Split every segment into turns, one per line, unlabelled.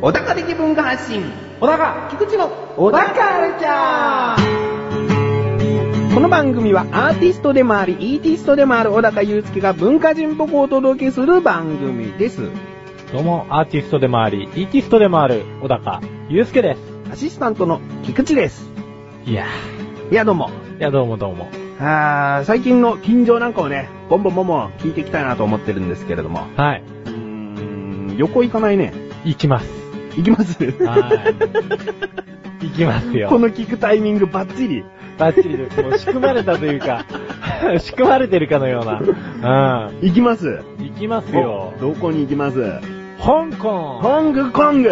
小高的文化発信
小高
菊池の小高カルチャーこの番組はアーティストでもあり、イーティストでもある小高祐介が文化人っぽくお届けする番組です。
どうも、アーティストでもあり、イーティストでもある、小高、ゆうすけです。
アシスタントの菊池です。
いや
いや、どうも。
ー、いや、どうもどうも。
あー最近の近況なんかをね、ボンボンボンボン聞いていきたいなと思ってるんですけれども。
はい、
うーん、横行かないね。
行きます。
行きます
はい。行きま す
こ
よ。
の聞くタイミングバッチリ。
バッチリです。もう仕組まれたというか、 仕組まれてるかのような。う
行きます。
ん。行きますよ
お。どこに行きます
香港、
コングコング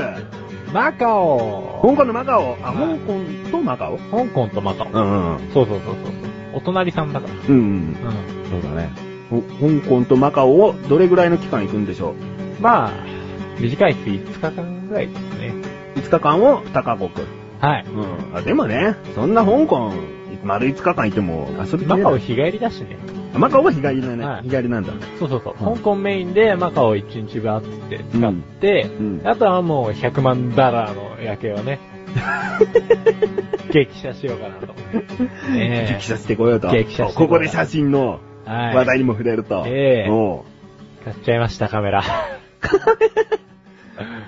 マカ
香
オ、
港のマカオあ、
は
香
い
港とマカオ
香港とマカオ。
んうん。
そうそうそうそう。お隣さんだか
うんうん。
ら。うん。
そうだね。お香港とマカオをどれぐらいの期間行くんでしょ
まあ、短い日5日間ぐらいですね。
う ?5 日間を高国。
はい。
うん。あ、でもね、そんな香港、丸5日間いても遊びきれな
マ
い
カオ日帰りだしね。
マカオは日帰りだね。
はい
日帰りなんだ。
そうそうそう。
うん
香港メインでマカオ1日バーって使って、
うん。
あとはもう100万ダラーの夜景を ね、激写しようかなと。え
激写してこようと。
激写してこよ
ここ
う
で写真の
えはい。
話題にも触れると。
ええ
おう
買っちゃいました、カメ ラ。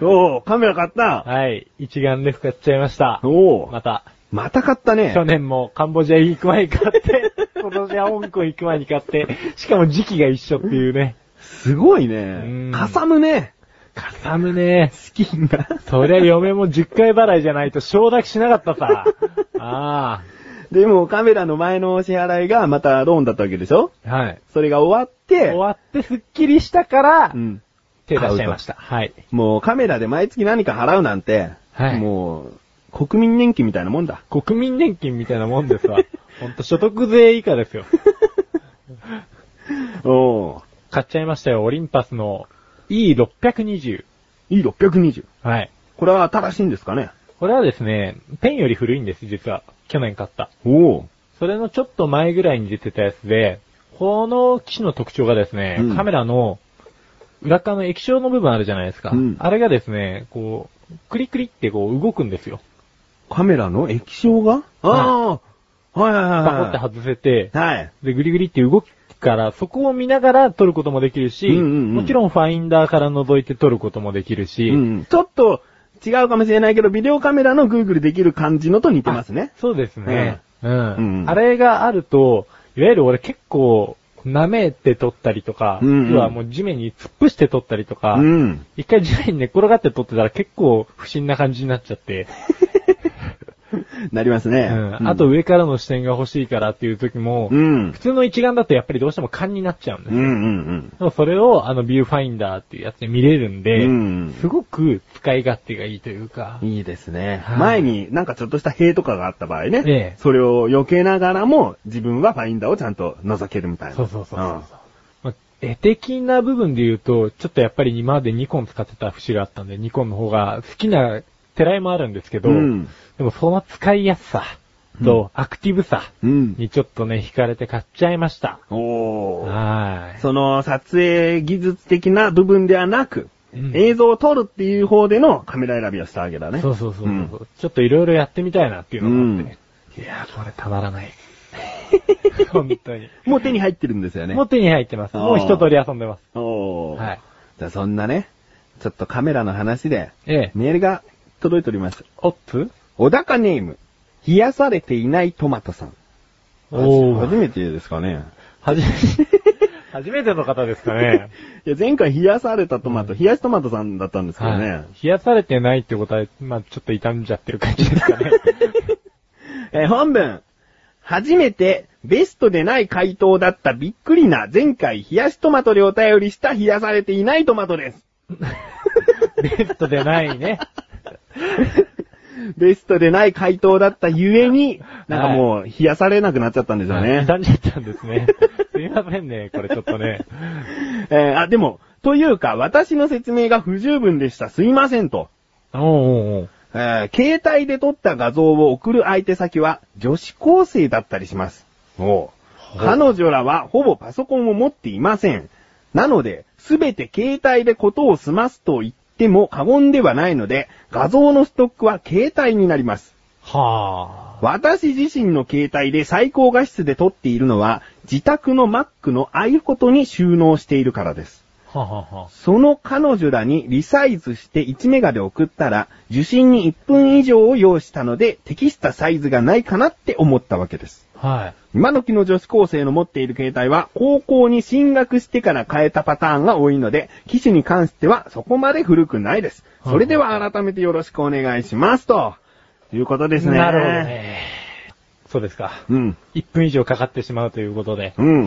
おうカメラ買った。
はい。一眼レフ買っちゃいました。
おう
また、
また買ったね
去。年もカンボジア行く前に買 って、今年は香港行く前に買って、しかも時期が一緒ってい うね。
すごいうね
ん。
かさむね。
かさむね。
スキンが。
そりゃ嫁も10回払いじゃないと承諾しなかっ たさ。あ
でもカメラの前の支払いがまたローンだったわけでしょ
あ。はい。
それが終わって、
終わってスッキリしたから
う、ん。
手出しちゃいました。はい。
もうカメラで毎月何か払うなんて、
はい
もう、国民年金みたいなもんだ。
国民年金みたいなもんですわ。 ほんと所得税以下で すよ。
おう
買っちゃいましたよ、オリンパスの E620。
E620。
はい。
これは新しいんですかね
これはですね、ペンより古いんです、実は。去年買った。
おう
それのちょっと前ぐらいに出てたやつで、この機種の特徴がですね、
うん
カメラの裏側の液晶の部分あるじゃないですか。
うん
あれがですね、こう、クリクリってこう動くんですよ。
カメラの液晶がああ、はい、はいはい
パコっ
は
て
い。
外せて、
はい。
で、グリグリって動くから、そこを見ながら撮ることもできるし、
うんうんうん
もちろんファインダーから覗いて撮ることもできるし、
うんちょっと違うかもしれないけど、ビデオカメラの Google できる感じのと似てますね。
そうですね、うん。
うん
あれがあると、いわゆる俺結構、舐めて撮ったりとか、
うんうん
要はもう地面に突っ伏して撮ったりとか、
うん。
一回地面に寝っ転がって撮ってたら結構不審な感じになっち ゃって、
なります
う
ね。
ん、あと、上からの視点が欲しいからっていう時も、
うん
普。通の一眼だとやっぱりどうしても勘になっちゃうんです
うんう
よ。
ん
でもそれをあのビューファインダーっていうやつで見れるん
うん。
で、
うん
すごく使い勝手がいいというか、
いいですね
はい
前になんかちょっとした塀とかがあった場合ね。
ええ
それを避けながらも、自分はファインダーをちゃんと覗けるみたいな。
そうそうそうそうそう、ま絵的な部分で言うと、ちょっとやっぱり今までニコン使ってた節があったんで、ニコンの方が好きな寺いもあるんですけど、
うん
でもその使いやすさとアクティブさ
うん。うん。
にちょっとね、惹かれて買っちゃいました。
おー。
は
その撮影技術的な部分ではなく、
い。うん
映像を撮るっていう方でのカメラ選びをしたわけだね。
そうそうそうそう、
うん
ちょっといろいろやってみたいなっていうのがあって、いやー、これたまらない です。本当に。
もう手に入ってるんですよね。
もう手に入ってます。
あー
もう一通り遊んでます。
おー。
はい。
じゃあそんなね、ちょっとカメラの話で、
ええ。
メールが届いております。
おっつ
小高ネーム、冷やされていないトマトさん。
おー
初めてですかね。
は じめ、初めての方ですかね。
いや、前回冷やされたトマト、冷やしトマトさんだったんですけどね。
冷やされてないってことは、まあちょっと傷んじゃってる感じですかね。
えー本文。初めてベストでない回答だったびっくりな前回冷やしトマトでお便りした冷やされていないトマトです。
ベッドでないね。
ベストでない回答だったゆえに、なんかもう冷やされなくなっちゃったんでしょうね。
傷んじゃったんですね。すいませんね、これちょっとね。
えーあ、でも、というか私の説明が不十分でした。すいませんと。
おうおうおう
えー携帯で撮った画像を送る相手先は女子高生だったりします。おう
ほう
彼女らはほぼパソコンを持っていません。なので、すべて携帯でことを済ますと言っても過言ではないので、画像のストックは携帯になります。
はあ。
私自身の携帯で最高画質で撮っているのは、自宅の Mac の iPhone に収納しているからです。
はあはあは
その彼女らにリサイズして1メガで送ったら、受信に1分以上を要したので、適したサイズがないかなって思ったわけです。
あ。はい。
今時の女子高生の持っている携帯は、高校に進学してから変えたパターンが多いので、機種に関してはそこまで古くないです。それでは改めてよろしくお願いします。ということですね。
なるほど。ね。そうですか。
うん。
1分以上かかってしまうということで。
うん。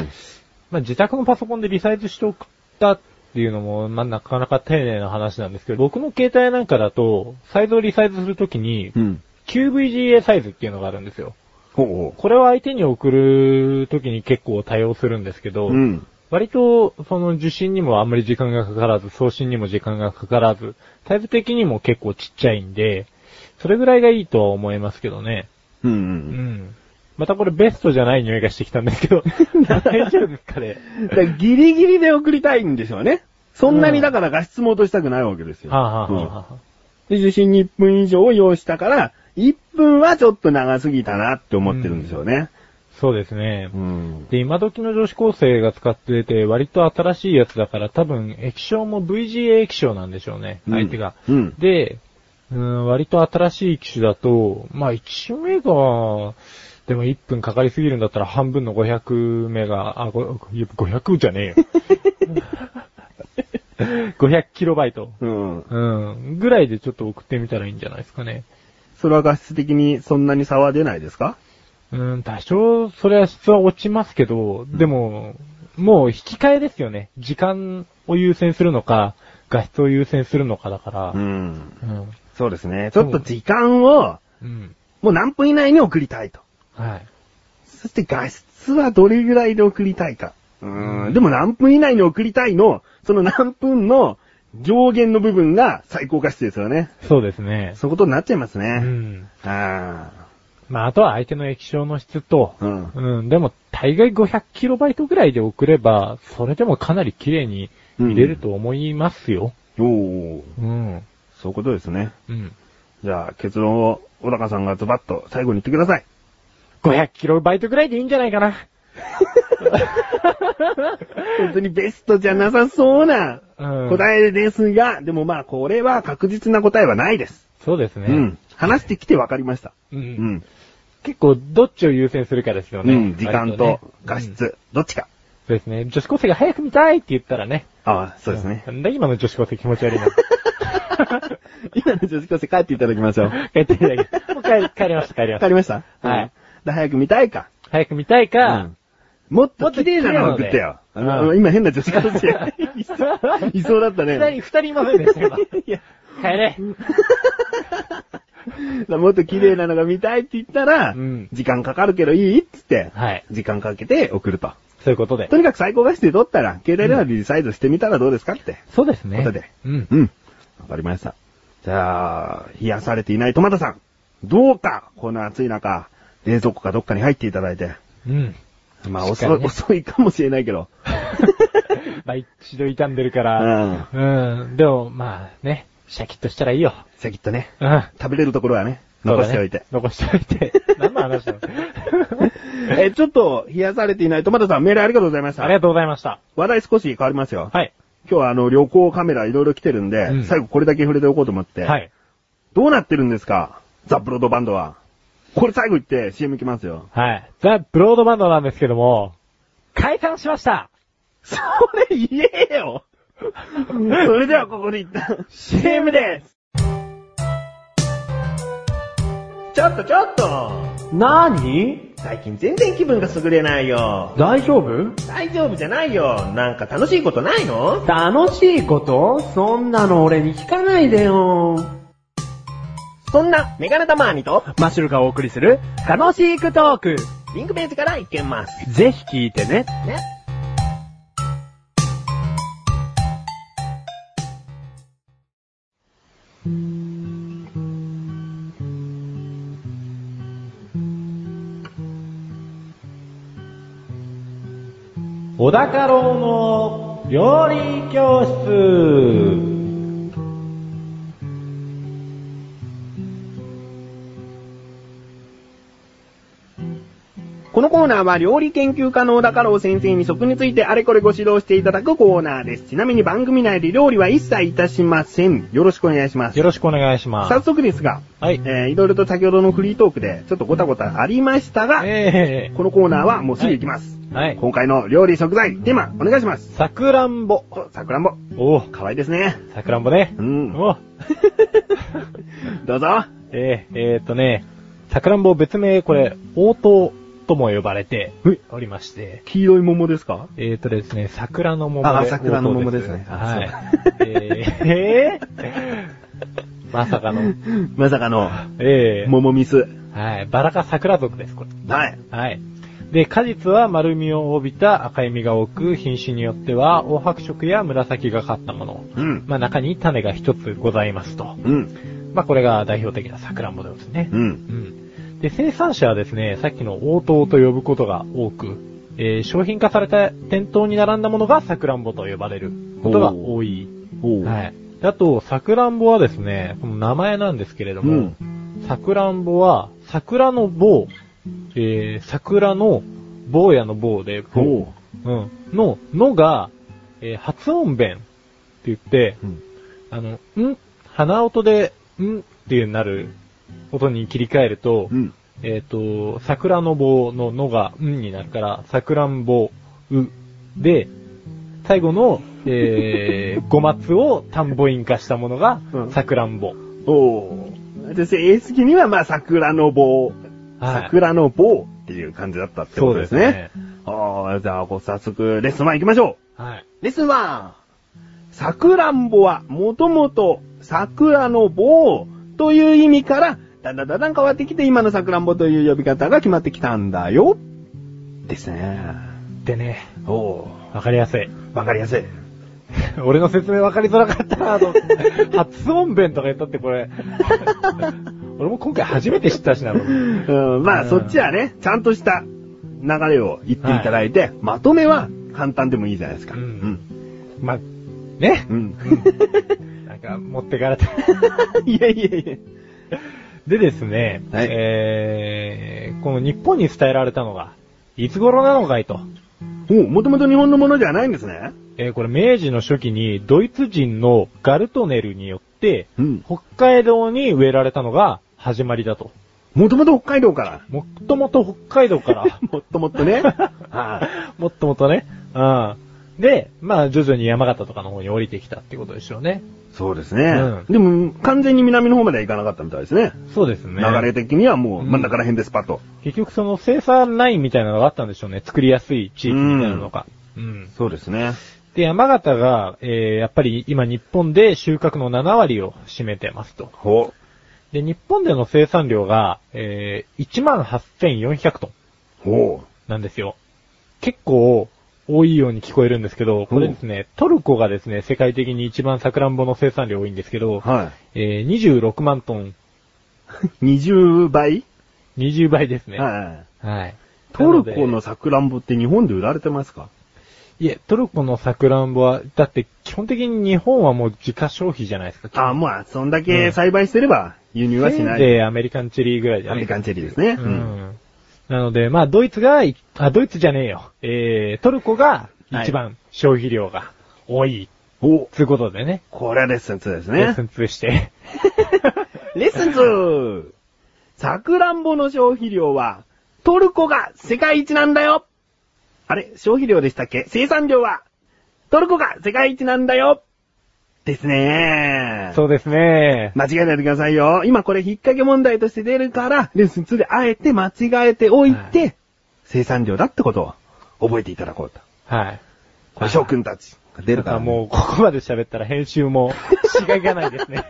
まあ、自宅のパソコンでリサイズしておったっていうのも、まあ、なかなか丁寧な話なんですけど、僕の携帯なんかだと、サイズをリサイズするときに、
うん。
QVGA サイズっていうのがあるんですよ。
ほうほ
これは相手に送るときに結構対応するんですけど、
う。うん。
割と、その受信にもあんまり時間がかからず、送信にも時間がかからず、サイズ的にも結構ちっちゃいんで、それぐらいがいいとは思いますけどね。
うんう。
うんん。またこれベストじゃない匂いがしてきたんですけど、大丈夫ですかね。
だからギリギリで送りたいんでしょうね。そんなにだから画質も落としたくないわけですよ。
はあ、はあはあは
う
あ
んで、受信に1分以上を要したから、1分はちょっと長すぎたなって思ってるんでしょうね。
そうですね。
うん。
で、今時の女子高生が使ってて、割と新しいやつだから、多分液晶も VGA 液晶なんでしょうね、
うん
相手が。
うん
で、うん、割と新しい機種だと、まあ1メガ、でも1分かかりすぎるんだったら半分の500メガ、あ、ご500じゃねえよ。500 キロバイト。
うん。
うん。ぐらいでちょっと送ってみたらいいんじゃないですかね。
それは画質的にそんなに差は出ないですか
うん、多少、それは質は落ちますけど、でも、もう引き換えですよね。時間を優先するのか、画質を優先するのかだから。
ん。
うん。
そうですね。ちょっと時間を、
うん。
もう何分以内に送りたいと。
はい。
そして画質はどれぐらいで送りたいか。うー。
うんん
でも何分以内に送りたいの、その何分の上限の部分が最高画質ですよね。
そうですね。
そういうことになっちゃいます
う
ね。
ん。
あ
まあ、あとは相手の液晶の質と
あ。、うん。
うん、でも、大概 500kB ぐらいで送れば、それでもかなり綺麗に入れると思いますよ。
おー。
うん。
そういうことですね。
うん。
じゃあ結論を小高さんがズバッと最後に言ってください。
500kB ぐらいでいいんじゃないかな。
本当にベストじゃなさそうな
うん。
答えですが、でもまあこれは確実な答えはないです。
そうですね。
うん。話してきて分かりました。
う。
うんん。
結構、どっちを優先するかですよ
う
ね。
ん。時間と
割ね
画
うん
質、
そう
どっちか。
ですね。女子高生が早く見たいって言ったらね。
ああ、そうです ね。
なんだ今の女子高生気持ち 悪いな。
今の女子高生帰っていただきましょう。
帰っていただきもう帰帰りました、帰りま
わか
した。
りました
はい
うんで、早く見たいか。
早く見たい か、
もっと綺麗なの
もっ
送
と
っ
綺
て
麗な
よ
の。
あ
で
の
うん
今変な女子高生。いそういそうだった
二
ね
人、。二人いませんでした、 今。
いや、
帰れ。
もっと綺麗なのが見たいって言ったら、
うん
時間かかるけどいいってって、
はい。
時間かけて送ると。
そういうことで
と。にかく最高画質で撮ったら、携帯ではリサイズしてみたらどうですかって。
そうですね。
ことで
うん。
うん。わかりました。じゃあ、冷やされていないトマトさん。どうか、この暑い中、冷蔵庫かどっかに入っていただいて。
うん。
まあ、
しっ
遅
か
い
りね
遅いかもしれないけ ど。
まあ、一度傷んでるか
う
ら。
ん。
うん。でも、まあね、シャキッとしたらいいよ。
シャキッとね。
うん。
食べれるところはね、
そう
残
だね
しておいて。
残しておいて。 何の話なの
え、ちょっと、冷やされていないトマトさん、メールありがとうございました。
ありがとうございました。
話題少し変わりますよ。
はい。
今日はあの、旅行カメラいろいろ来てるんで、
うん
最後これだけ触れておこうと思って。
はい。
どうなってるんですかザ・ブロードバンドは。これ最後言って CM 行きますよ。
はい。ザ・ブロードバンドなんですけども、解散しました
それ言えよ それではここで一旦 CM ですちょっとちょっと
なーに
最近全然気分が優れないよ。
大丈夫
大丈夫じゃないよ。なんか楽しいことないの
楽しいことそんなの俺に聞かないでよ。
そんなメガネタマーニと
マシュルがお送りする、楽しいクトーク。
リンクページからいけます。
ぜひ聞いてね。
ね。
小高郎の料理教室。
このコーナーは料理研究家の小田太郎先生に食についてあれこれご指導していただくコーナーです。ちなみに番組内で料理は一切いたしません。よろしくお願いします。
よろしくお願いします
早。速ですが、
はい。
えー、いろいろと先ほどのフリートークでちょっとごたごたありましたが、
え
このコーナーはもうすぐ行きます。
ー、はい。
今回の料理食材、テーマ、お願いします。
さくらんぼ。
お、さくらんぼ。
お
かわいいですね。
さくらんぼね
う。ん。
お
どうぞ。
えー、えーっとね、さくらんぼ別名、これ、応答とも呼ばれて
はい
おりまして、
黄色い桃ですか
えーっとですね、桜の桃
あ
で
桜の桃
応答
ですね
はい
あ。
えー、 えー、まさかの、
まさかの、
ええ
桃ミス。
はい。バラか桜族です、これ。
はい。
はい。で、果実は丸みを帯びた赤い実が多く、品種によっては、黄白色や紫がかったもの。
うん。
まあ中に種が一つございますと。
うん。
まあこれが代表的な桜んぼですね。
うん。
うん。で、生産者はですね、さっきの応答と呼ぶことが多く、えー商品化された店頭に並んだものが桜んぼと呼ばれることが多い。
おう。
はい。であと、桜んぼはですね、この名前なんですけれど
う
も、
ん。
桜んぼは、桜の棒、えー、桜の坊やの棒で、
おう。
うん、の、のが、えー発音弁って言って、あの、ん、鼻音で、んっていうなる音に切り替えると、
うん。
えっ、と、桜の棒ののが、んになるから、桜んぼ、う、で、最後の、えー、ご末を田んぼ印化したものが
うん、
桜んぼ。
おう。で、英式には、まあ、桜の棒。
はい
桜の棒っていう感じだったってことですね。。ああ、じゃあ、こう早速、レッスン1行きましょ
はい。
う。レッスン 1! さくらんぼは、もともと、桜の棒という意味から、だんだんだんだん変わってきて、今のさくらんぼという呼び方が決まってきたんだよ。ですね。
でね、
おお
わかりやすい。
うわかりやすい。
俺の説明わかりづらかったなと思って。発音弁とか言ったってこれ。 俺も今回初めて知ったしな。うん。
うん、まあ、
うん
そっちはね、ちゃんとした流れを言っていただいて、まとめは簡単でもいいじゃないですか。
う
うん。
んま、ね。
うん。
なんか持ってかれた。
いやいやいや。
でですね、
はい
えー、この日本に伝えられたのが、いつ頃なのかいと。
おもともと日本のものじゃないんですね。
えー、これ明治の初期にドイツ人のガルトネルによって、
うん。
北海道に植えられたのが始まりだと。
もともと北海道から。
もっともと北海 道から、
もっともっとね。は
もっともっとね。うん。で、まあ徐々に山形とかの方に降りてきたってことでしょうね。
い。そうですね。
うん
でも、完全に南の方までは行かなかったみたいですね。
そうですね。
流れ的にはもう
うん
真ん中ら辺でスパッと。
結局その生産ラインみたいなのがあったんでしょうね。作りやすい地域みたいなのが。うん。
そうですね。
で、山形が、えー、やっぱり今日本で収穫の7割を占めてますと。
ほ
で、日本での生産量が、えー、18,400ト
う。
ン
ほ
なんですよ。結構多いように聞こえるんですけど、これですね、トルコがですね、世界的に一番桜んぼの生産量多いんですけ
う。
ど、
は
えー、26万トン、
い。20倍、
20倍ですね。
はい。
はい。
トルコ
なの
のサクランボって日本で売られてますか
で。いえ、トルコの桜んぼは、だって基本的に日本はもう自家消費じゃないですか。
あ、もう、そんだけ栽培してれば、輸入はしない。
で、アメリカンチェリーぐらいじゃ
ア
な
メリ
いですか
カンチェリーですね。
う
うん。
ん。なので、まあ、ドイツが、いあ、ドイツじゃねえよ。えー、トルコが一番消費量が多い。
お、
つうことでね。
これはレッスン2です
レッ
ね
ス。ン2して。
レッスン 2! サクランボの消費量は、トルコが世界一なんだよあれ消費量でしたっけ生産量は、トルコが世界一なんだよですね
そうですね。
間違えないでくださいよ。今これ引っ掛け問題として出るから、レッスン2であえて間違えておいて、生産量だってことを覚えていただこうと。
はい。
これ諸君たちが出るか
だか
ら
ら
ね、
もう、ここまで喋ったら編集も、しがいがないで すね。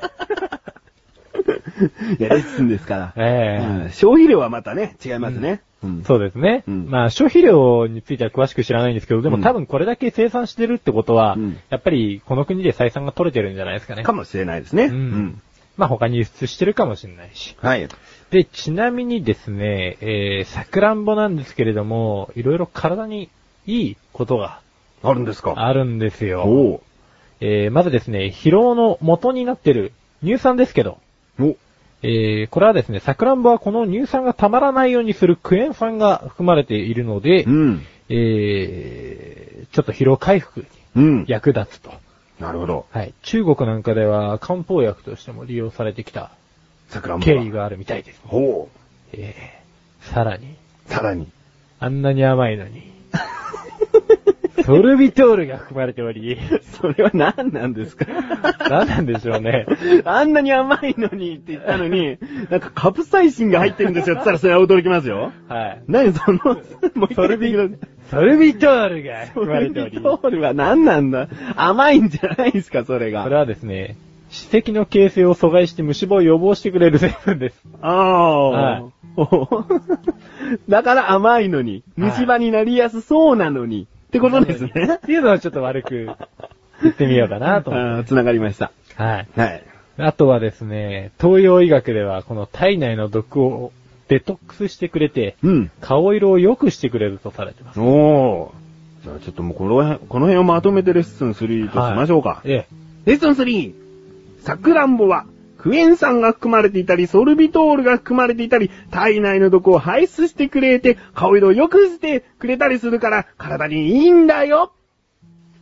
い や、レッスンですから。
ええ
うん消費量はまたね、違いますね。うん
そうですね。
うん
まあ、消費量については詳しく知らないんですけど、で
う
も
ん
多分これだけ生産してるってことは、
うん
やっぱりこの国で採算が取れてるんじゃないですかね。
かもしれないですね。
うん。まあ、他に輸出してるかもしれないし。
はい。
で、ちなみにですね、えー、さくらんぼなんですけれども、いろいろ体にいいことが
あるんですか
あるんですよ。
おう
えー、まずですね、疲労の元になってる乳酸ですけど、
お。
えー、これはですね、サクランボはこの乳酸がたまらないようにするクエン酸が含まれているので
う、ん。
えー、ちょっと疲労回復に
うん。
役立つと。
なるほど。
はい。中国なんかでは漢方薬としても利用されてきた
桜も。
経緯。があるみたいです。
ほ
えー、さらに、
う。さらに。
あんなに甘いのに、ソルビトールが含まれており、
それは何なんですか
何なんでしょうね。
あんなに甘いのにって言ったのに、なんかカプサイシンが入ってるんですよって言ったらそれは驚きますよ。
はい。
何その、もう一
ソ
回言っ
ル
て
ビ
ください、
ソルビトールが
ト
含まれてお
ル
り
ビ、トールは何なんだ甘いんじゃないですか、それが。
それはですね、歯石の形成を阻害して虫歯を予防してくれる成分です。
ああ、
はい
お だから甘いのに、虫歯になりやすそうなのに、ってことですね
っ。ていうのはちょっと悪く言ってみようかなと 思
ああ、繋がりました。
って。はい。
はい。
あとはですね、東洋医学ではこの体内の毒をデトックスしてくれて、
うん。
顔色を良くしてくれるとされてます。
おお。じゃあちょっともうこの辺、この辺をまとめてレッスン3としましょうか。
ええ。
レッスン 3! サクランボは、クエン酸が含まれていたり、ソルビトールが含まれていたり、体内の毒を排出してくれて、顔色を良くしてくれたりするから、体にいいんだよ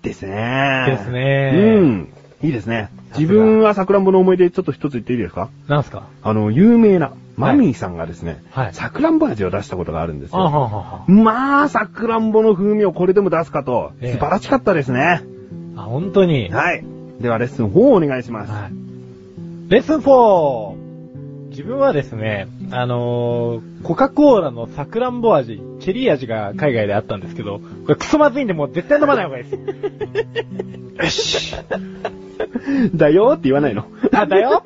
ですね
ですね
うん。いいですね。自分はサクランボの思い出、ちょっと一つ言っていいですか
なんすか
あの、有名な、マミーさんがですね、
はい
サクランボ味を出したことがあるんです
あ
よ。
ははは。
まあ、サクランボの風味をこれでも出すかと、素
ええ
晴らしかったですね。
あ、本当に。は
はい。では、レッスン4をお願いします。
い。レッスン 4! 自分はですね、あのー、コカ・コーラのサクランボ味、チェリー味が海外であったんですけど、これクソまずいんでもう絶対飲まない方がいいです。
よし。 だよって言わないの。
あ、だよ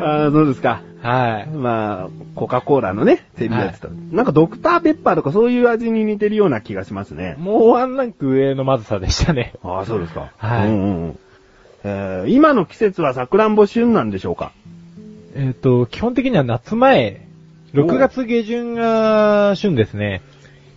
ああ、そうですか。
はい。
まあ、コカ・コーラのね、セリアってた、なんかドクターペッパーとかそういう味に似てるような気がしますね。
もうワンランク上のまずさでしたね。
ああ、そうですか。
はい
うんうんうんえー今の季節はさくらんぼ旬なんでしょうか
えっ、と、基本的には夏前、6月下旬が旬ですね。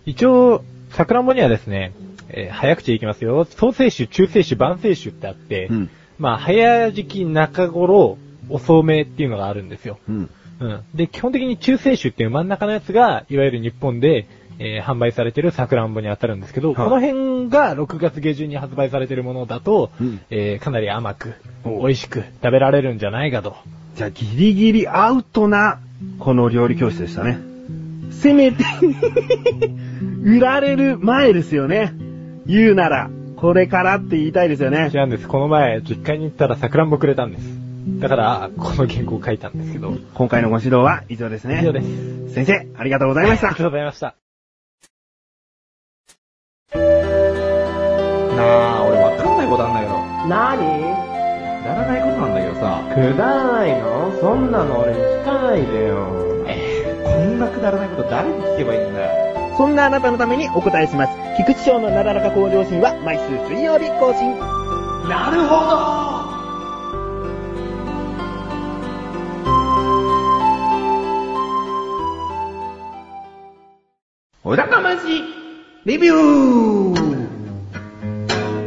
一応、桜んぼにはですね、えー早口でいきますよ。早生種、中生種、晩生種ってあって、
ん。
まあ、早時期中頃、遅めっていうのがあるんですよ。
うん。
うん。で、基本的に中生種っていう真ん中のやつが、いわゆる日本で、えー販売されてる桜んぼに当たるんですけ
は
ど、
い
この辺が6月下旬に発売されてるものだと、
うん
えーかなり甘く、
お
美味しく食べられるんじゃないかと。
じゃあ、ギリギリアウトな、この料理教室でしたね。せめて、売られる前ですよね。言うなら、これからって言いたいですよね。
違うんです。この前、実家に行ったら桜んぼくれたんです。だから、この原稿書いたんですけど。
今回のご指導は以上ですね。
以上です。
先生、ありがとうございました
ありが。とうございました。
なあ、俺わかんないことあんだけど。く
なに
だらないことなんだけどさ。
くだらないのそんなの俺に聞かないでよ。
こんなくだらないこと誰に聞けばいいんだよ。
そんなあなたのためにお答えします。菊池賞のなだらか向上心は毎週水曜日更新。
なるほど
小高ましレビュー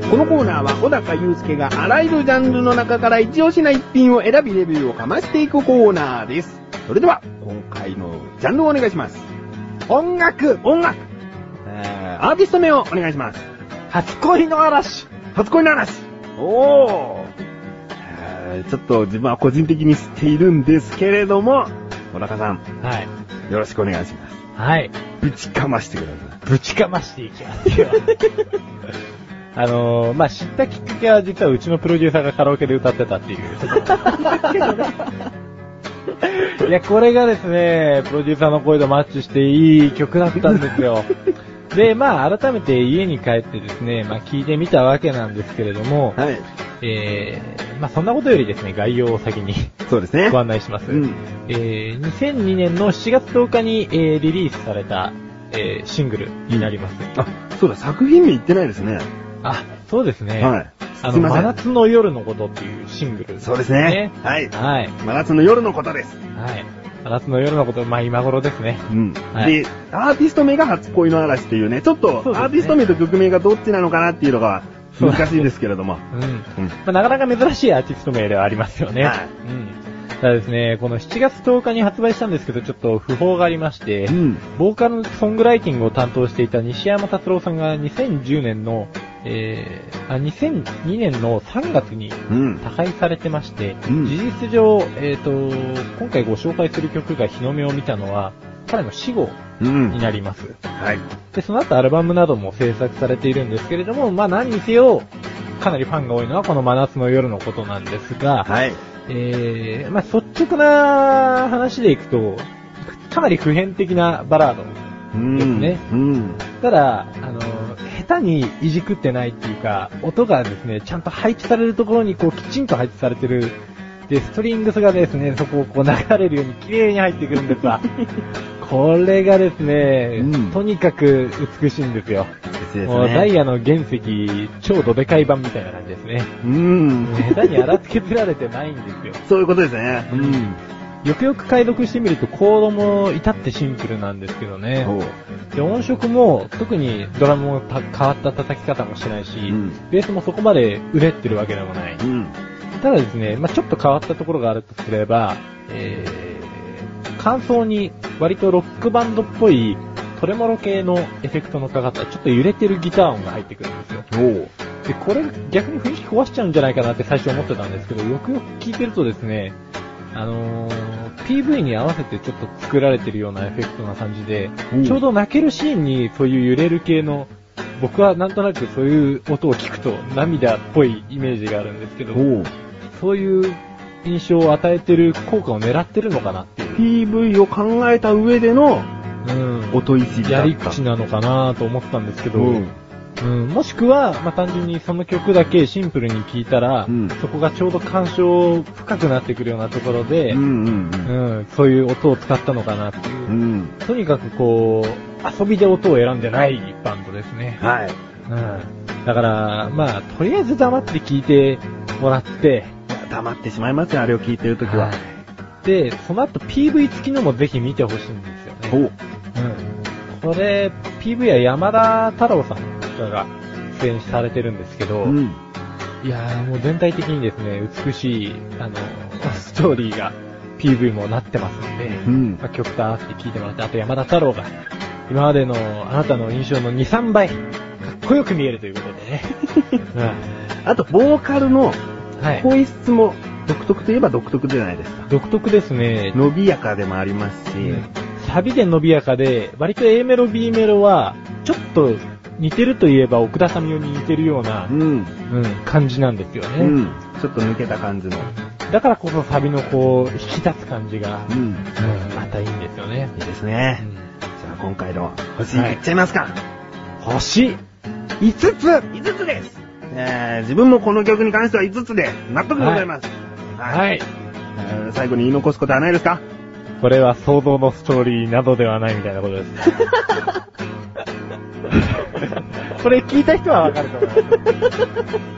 このコーナーは小高祐介があらゆるジャンルの中から一押しな一品を選びレビューをかましていくコーナーです。それでは、今回のジャンルをお願いします。音楽音楽えー、アーティスト名をお願いします。
初恋の嵐
初恋の嵐おーちょっと自分は個人的に知っているんですけれども、小高さん、
はい。
よろしくお願いします。
はい。
ぶちかましてくださ
ぶちかましていきますよ。 あのー、まあ、知ったきっかけは実はうちのプロデューサーがカラオケで歌ってたっていうところ。 いや、これがですね、プロデューサーの声とマッチしていい曲だったんですよ。で、まあ、改めて家に帰ってですね、まあ、聞いてみたわけなんですけれども、
い。はい。
えー、まあ、そんなことよりですね、概要を先に
そうですね。
ご案内します。
うん。
えー2002年の7月10日に、えーリリースされた、えーシングルになります。
あ、そうだ、作品名言ってないですね。
あ、そうですね。
はい。
あ
すい
の、
ませ
真
ん。
夏の夜のことっていうシングル、
そうですね。はい。
はい。
真夏の夜のことです。
はい。夏の夜のこと、まあ今頃ですね。
うん。
はい
で、アーティスト名が初恋の嵐っていうね、ちょっと
そうですね
アーティスト名と曲名がどっちなのかなっていうのが難しいですけれども。
うん。
うん。
まあ、なかなか珍しいアーティスト名ではありますよね。
はい
うん。ただですね、この7月10日に発売したんですけど、ちょっと不法がありまして、
うん
ボーカルソングライティングを担当していた西山達郎さんが2010年の、えー、あ、2002年の3月に
うん。
他界されてまして、
うん
事実上、えっ、と、今回ご紹介する曲が日の目を見たのは、彼の死後
うん
に。なります。
はい。
で、その後アルバムなども制作されているんですけれども、まあ何にせよ、かなりファンが多いのはこの真夏の夜のことなんですが、
はい。
えー、まあ率直な話でいくと、かなり普遍的なバラード。
うん
ですね
うん。
ただ、あの、下手にいじくってないっていうか、音がですね、ちゃんと配置されるところにこうきちんと配置されてる。で、ストリングスがですね、そこをこう流れるように綺麗に入ってくるんです わ。これがですね、
うん
とにかく美しいんですよ。
ですです
もうダイ
ね。
ヤの原石、超どでかい版みたいな感じですね。
うん。
下手に荒削られてないんですよ。
そういうことですね。うん。
よくよく解読してみるとコードも至ってシンプルなんですけどね。
そう。
で、音色も特にドラムもた変わった叩き方もしないし、
うん
ベースもそこまで売れってるわけでもない。
うん。
ただですね、まあ、ちょっと変わったところがあるとすれば、えー、感想に割とロックバンドっぽいトレモロ系のエフェクトのかかったちょっと揺れてるギター音が入ってくるんですよ。
そう。
で、これ逆に雰囲気壊しちゃうんじゃないかなって最初思ってたんですけど、よくよく聞いてるとですね、あのー、PV に合わせてちょっと作られてるようなエフェクトな感じで
うん、
ちょうど泣けるシーンにそういう揺れる系の、僕はなんとなくそういう音を聞くと涙っぽいイメージがあるんですけど、
おう
そういう印象を与えてる効果を狙ってるのかなっていう。
PV を考えた上での
うん
音石だ
や
った。
り口なのかなと思ったんですけど、
うん
うん、もしくは、まあ、単純にその曲だけシンプルに聴いたら、
うん
そこがちょうど干渉深くなってくるようなところで、
う
うん
んうん
そういう音を使ったのかなっていうう、
ん。うん。
とにかくこう、遊びで音を選んでないバンドですね。
はい。
うん、だから、まあ、とりあえず黙って聴いてもらって、
黙ってしまいますよ、あれを聞いてるときは。
はいで、その後 PV 付きのもぜひ見てほしいんですよね。
おう
うん、これ、PV は山田太郎さんが出演されてるんですけど、
うん。
いやーもう全体的にですね、美しい、あの、ストーリーが PV もなってますんで、
うん
まあ、曲と合わせて聴いてもらって、あと山田太郎が、今までのあなたの印象の2、3倍、かっこよく見えるということでね。
あと、ボーカルの
うんはい。
声質も独特といえば独特じゃないですか。
独特ですね。
伸びやかでもありますし、
サビで伸びやかで、割と A メロ、B メロは、ちょっと似てるといえば奥田民生に似てるような
う、ん。
うん、感じなんですよね。
うん。ちょっと抜けた感じの。
だからこそサビのこう、引き立つ感じが、
う
うん
ん。
またいいんですよね。
いいですね。じゃあ今回の星いっちゃいますか。
星5つ
5つです、えー、自分もこの曲に関しては5つで納得でございます。はい。
はい。
えー最後に言い残すことはないですか
これは想像のストーリーなどではないみたいなことです。 これ聞いた人はわかると思い ます。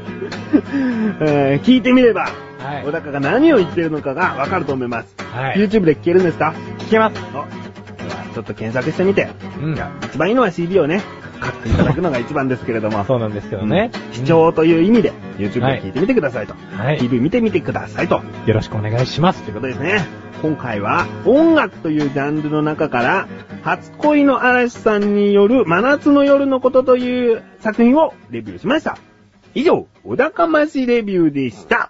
えー、聞いてみれば、
は
小高が何を言ってるのかがわかると思います。
はい。
YouTube で聞けるんですか
聞けます。
おではちょっと検索してみて、
うん
いや一番いいのは CD をね、買っていただくのが一番ですけれども、
そうなんですけどね。
うん視聴という意味で YouTube で聞いてみてくださいと、
はい。
TV 見てみてくださいと、
よろしくお願いします。という
という
こ
ことですね。今回は音楽というジャンルの中から、初恋の嵐さんによる真夏の夜のことという作品をレビューしました。以上、小高ましレビューでした。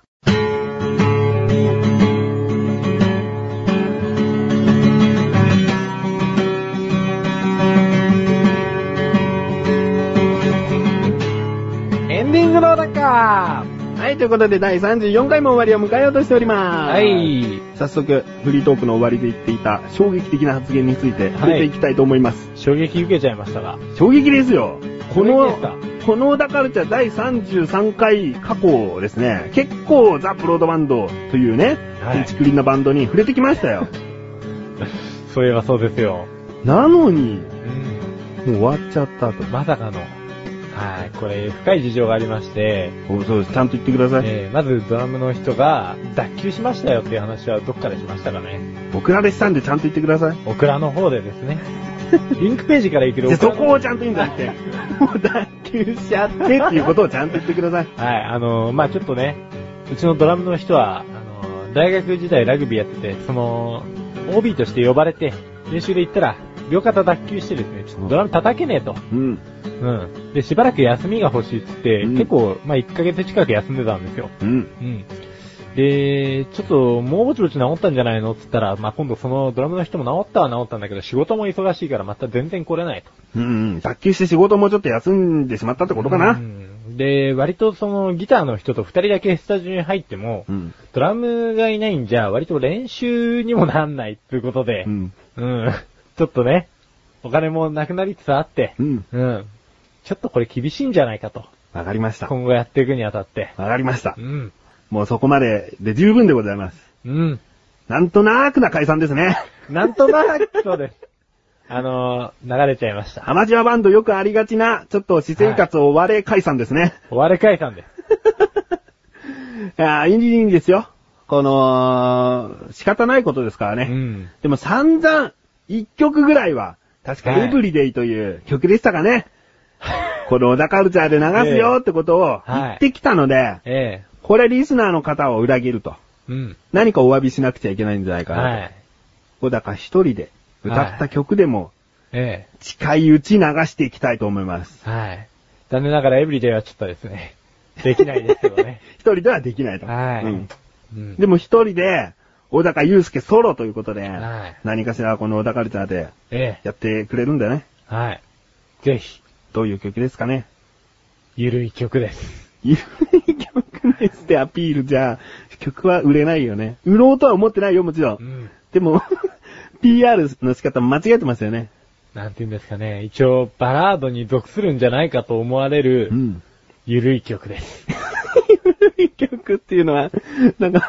とで、エンディングの中
はい、ということで第34回も終わりを迎えようとしております。
は。い。
早速、フリートークの終わりで言っていた衝撃的な発言について触れていきたいと思います。
衝撃受けちゃいましたが。
衝撃ですよ。こ
衝撃
の
ですか、
この小田カルチャー第33回過去ですね、結構ザ・プロードバンドというね、
はい
ピンチクリンなバンドに触れてきましたよ。
そういえばそうですよ。
なのに、
うん。
もう終わっちゃったと。
まさかの。はい、これ深い事情がありまして、
おそうです。ちゃんと言ってください。
えーまずドラムの人が脱臼しましたよっていう話はどっからしましたかね。
僕らでしたんでちゃんと言ってください。
オクラの方でですね。リンクページから行く
じゃ
と
あそこをちゃんと言うんじゃなくて、もう脱臼しちゃってっていうことをちゃんと言ってください。
はい、あのまあちょっとね、うちのドラムの人は、あの大学時代ラグビーやってて、その、OB として呼ばれて、練習で行ったら、両肩脱臼してですね、ちょっとドラム叩けねえと。
うん。
うん。で、しばらく休みが欲しいっつって、
うん
結構、まあ1ヶ月近く休んでたんですよ。
うん。
うん。で、ちょっと、もうぼちぼち治ったんじゃないのっつったら、まあ今度そのドラムの人も治ったは治ったんだけど、仕事も忙しいからまた全然来れないと。
うんうん。脱臼して仕事もちょっと休んでしまったってことか
う
な。
んで、割とそのギターの人と二人だけスタジオに入っても、
うん。
ドラムがいないんじゃ、割と練習にもなんないっていうことで
う、ん。
うん、ちょっとね、お金もなくなりつつあって、
うん。
うん、ちょっとこれ厳しいんじゃないかと、
わかりました。わ
今後やっていくにあたって。
かりました
う。ん、
もうそこまでで十分でございます。
うん、
なんとなーくな解散です ね。
なんとなくそうです。 あのー、流れちゃいました。
アマチュアバンドよくありがちな、ちょっと私生活を追われ解散です ね。
終われ解散です。
ああ、いいんですよ。この、仕方ないことですからね。
うん。
でも散々、一曲ぐらいは、確か
はい
エブリデイという曲でしたか ね。この小田カルチャーで流すよってことを
ええはい
言ってきたので、
ええ
これリスナーの方を裏切ると。
うん。
何かお詫びしなくちゃいけないんじゃないかなと。
はい。
小高一人で歌った曲でも、
え
近いうち流していきたいと思います。
えはい。残念ながらエブリデイはちょっとです ね、できないですけどね。
一人ではできないと。
はい。
うん
うん
でも一人で、小高祐介ソロということで、
はい
何かしらこの小高カルチャーで
ええ
やってくれるんだね。
はい。ぜひ、
どういう曲ですかね。
ゆるい曲です。
有名曲ですってアピールじゃ、曲は売れないよね。売ろうとは思ってないよ、もちろ。
うんん。
でも、PR の仕方間違えてますよね。
なんて言うんですかね。一応、バラードに属するんじゃないかと思われる、
ん。
ゆるい曲です。
古い曲っていうのは、なんか、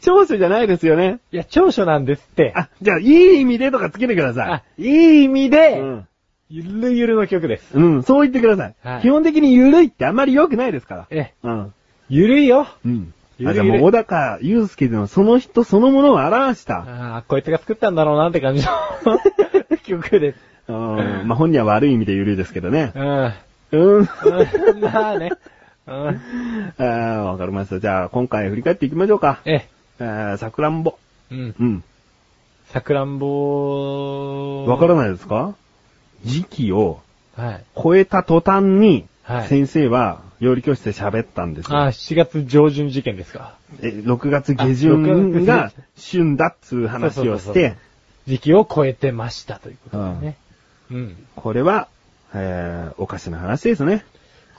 長所じゃないですよね。
いや、長所なんですって。
あ、じゃあ、いい意味でとかつけてくださ
あいい意味
い。
で、
うん。
ゆるゆるの曲です。
うん、そう言ってください。
はい
基本的に緩いってあんまり良くないですから。
ええ、
うん。
ゆるいよ。
うん。
ゆるゆる
あじゃあもう、小高祐介のその人そのものを表した。
ああ、こいつが作ったんだろうなって感 じの曲です。
うん。まあ、本人は悪い意味で緩いですけどね。
うん。
うん。
うんまあね。うん。
あーわかりました。じゃあ、今回振り返っていきましょうか。
え
えー、さくらんぼ。
え、うん。
うん。
さくらんぼ
わから
な
ないですか時期を
い。はい。
超えた途端に、
はい
先生は料理教室で喋ったんですよ。
ああ、7月上旬事件ですか。
え6月
あ
下
6
旬
月
が旬だっつう話を
そ
し
うそうそうそう
て、
時期を超えてましたということですね。うん。
これは、えー、おかしな話ですね。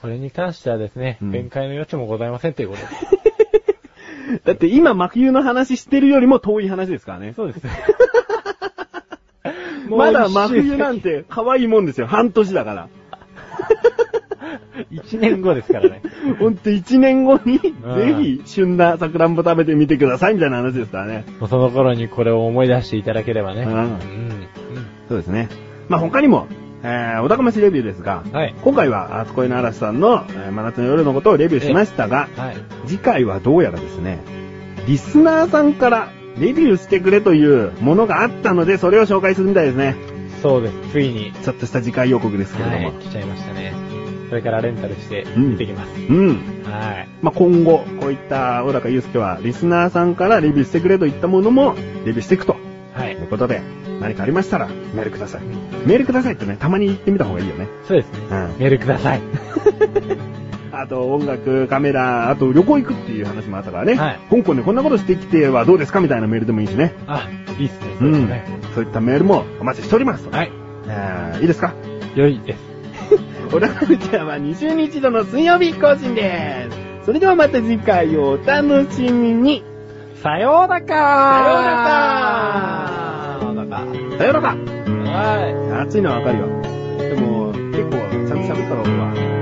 これに関してはですね、
うん
弁解の余地もございませんということで。
だって今、真冬の話してるよりも遠い話ですからね。
そうです ね。
まだ真冬なんんて可愛いもんですよ。半年だ から。
1年後です からね。
ほんと1年後に、ぜ
ん
ひ、旬な桜んぼ食べてみてくださいみたいな話ですからね。
もうその頃にこれを思い出していただければね。
うん
うん。
そうですね。まあ、他にも、えー、お高ましレビューですが
うん。、はい。
今回は、あつこいの嵐さんの、えー真夏の夜のことをレビューしましたが、
はい。
次回はどうやらですね、リスナーさんからレビューしてくれというものがあったので、それを紹介するみたいですね。
そうです。ついに。
ちょっとした次回予告ですけれど
は
も。
い。来ちゃいましたね。それからレンタルして、
ん
見てきます。
うん。
はい。
まあ、今後、こういった小高祐介は、リスナーさんからレビューしてくれといったものも、レビューしていくと。
はいいう
ことで、何かありましたら、メールください。メールくださいってね、たまに言ってみた方がいいよね。
そうですね。
うん
メールく ださい。
あと、音楽、カメラ、あと、旅行行くっていう話もあったからね。
はい
香港でこんなことしてきてはどうですかみたいなメールでもいいしね。
あ、いいっすね。
う
そうです
ん
ね。。
そういったメールもお待ちしております。
はい。
えーいいですか
良いです。
オラフルチャーは20日度の水曜日更新です。それではまた次回をお楽しみに。
さようなか
さ
ようなか
さよなら。
はい。
暑いのはわかるよ。でも、結構、ちゃんと喋った方が